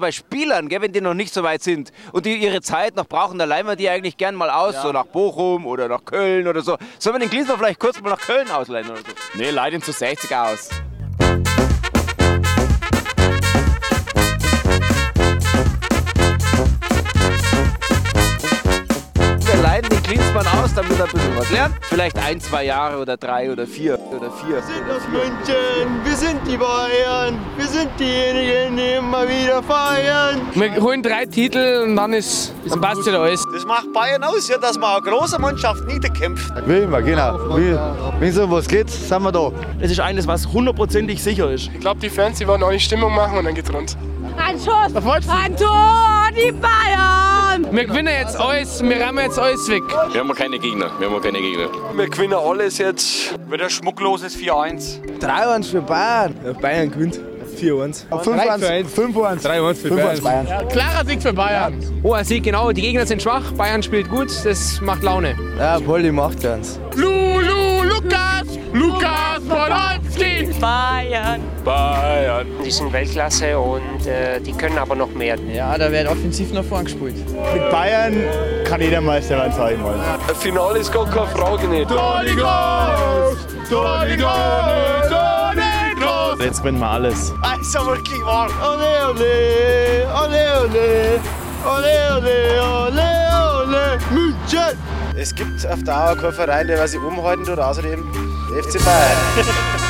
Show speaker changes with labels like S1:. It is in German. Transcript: S1: bei Spielern, gell, wenn die noch nicht so weit sind und die ihre Zeit noch brauchen, dann leihen wir die eigentlich gern mal aus, so nach Bochum oder nach Köln oder so. Sollen wir den Glisner vielleicht kurz mal nach Köln ausleihen oder so?
S2: Nee, leid ihn zu 60 aus.
S1: Wir leihen den Klinsmann aus, damit er ein bisschen was lernt. Vielleicht ein, zwei Jahre oder drei oder vier oder vier.
S3: Wir sind aus München, wir sind die Bayern, wir sind diejenigen, die immer wieder feiern.
S4: Wir holen drei Titel und dann ist, dann passt wieder alles.
S3: Das macht Bayern aus, ja, dass man eine große Mannschaft niederkämpft.
S5: Wie immer, genau. Wie, wenn es um was geht, sind wir da.
S6: Es ist eines, was hundertprozentig sicher ist.
S7: Ich glaube, die Fans, die wollen auch nicht Stimmung machen und dann geht's rund.
S8: Ein Schuss, ein Tor, die Bayern!
S4: Wir gewinnen jetzt alles, wir rammen jetzt alles weg.
S9: Wir haben keine Gegner. Wir haben keine Gegner.
S7: Wir gewinnen alles jetzt. Wieder schmuckloses 4-1.
S10: 3-1 für Bayern. Ja, Bayern gewinnt. 4-1.
S5: 5-1, 5-1,
S10: 3-1 für
S5: 5-1 Bayern.
S4: Klarer Sieg für Bayern. Oh, er sieht genau, die Gegner sind schwach, Bayern spielt gut, das macht Laune.
S10: Ja, Poldi macht ganz.
S4: Lulu, Lukas, Lukas Podolski.
S7: Bayern.
S11: Die sind Weltklasse und äh, die können aber noch mehr.
S6: Ja, da wird offensiv nach vorn gespielt.
S5: Mit Bayern kann jeder Meister werden, sag ich mal.
S7: Ein Finale ist gar keine Frage nicht.
S5: Jetzt gewinnen wir alles.
S3: Also wirklich wahr. Ole, ole, ole, ole, ole, ole, ole, ole, München.
S5: Es gibt auf Dauer keinen Verein, der was sich umhalten tut, außerdem FC Bayern.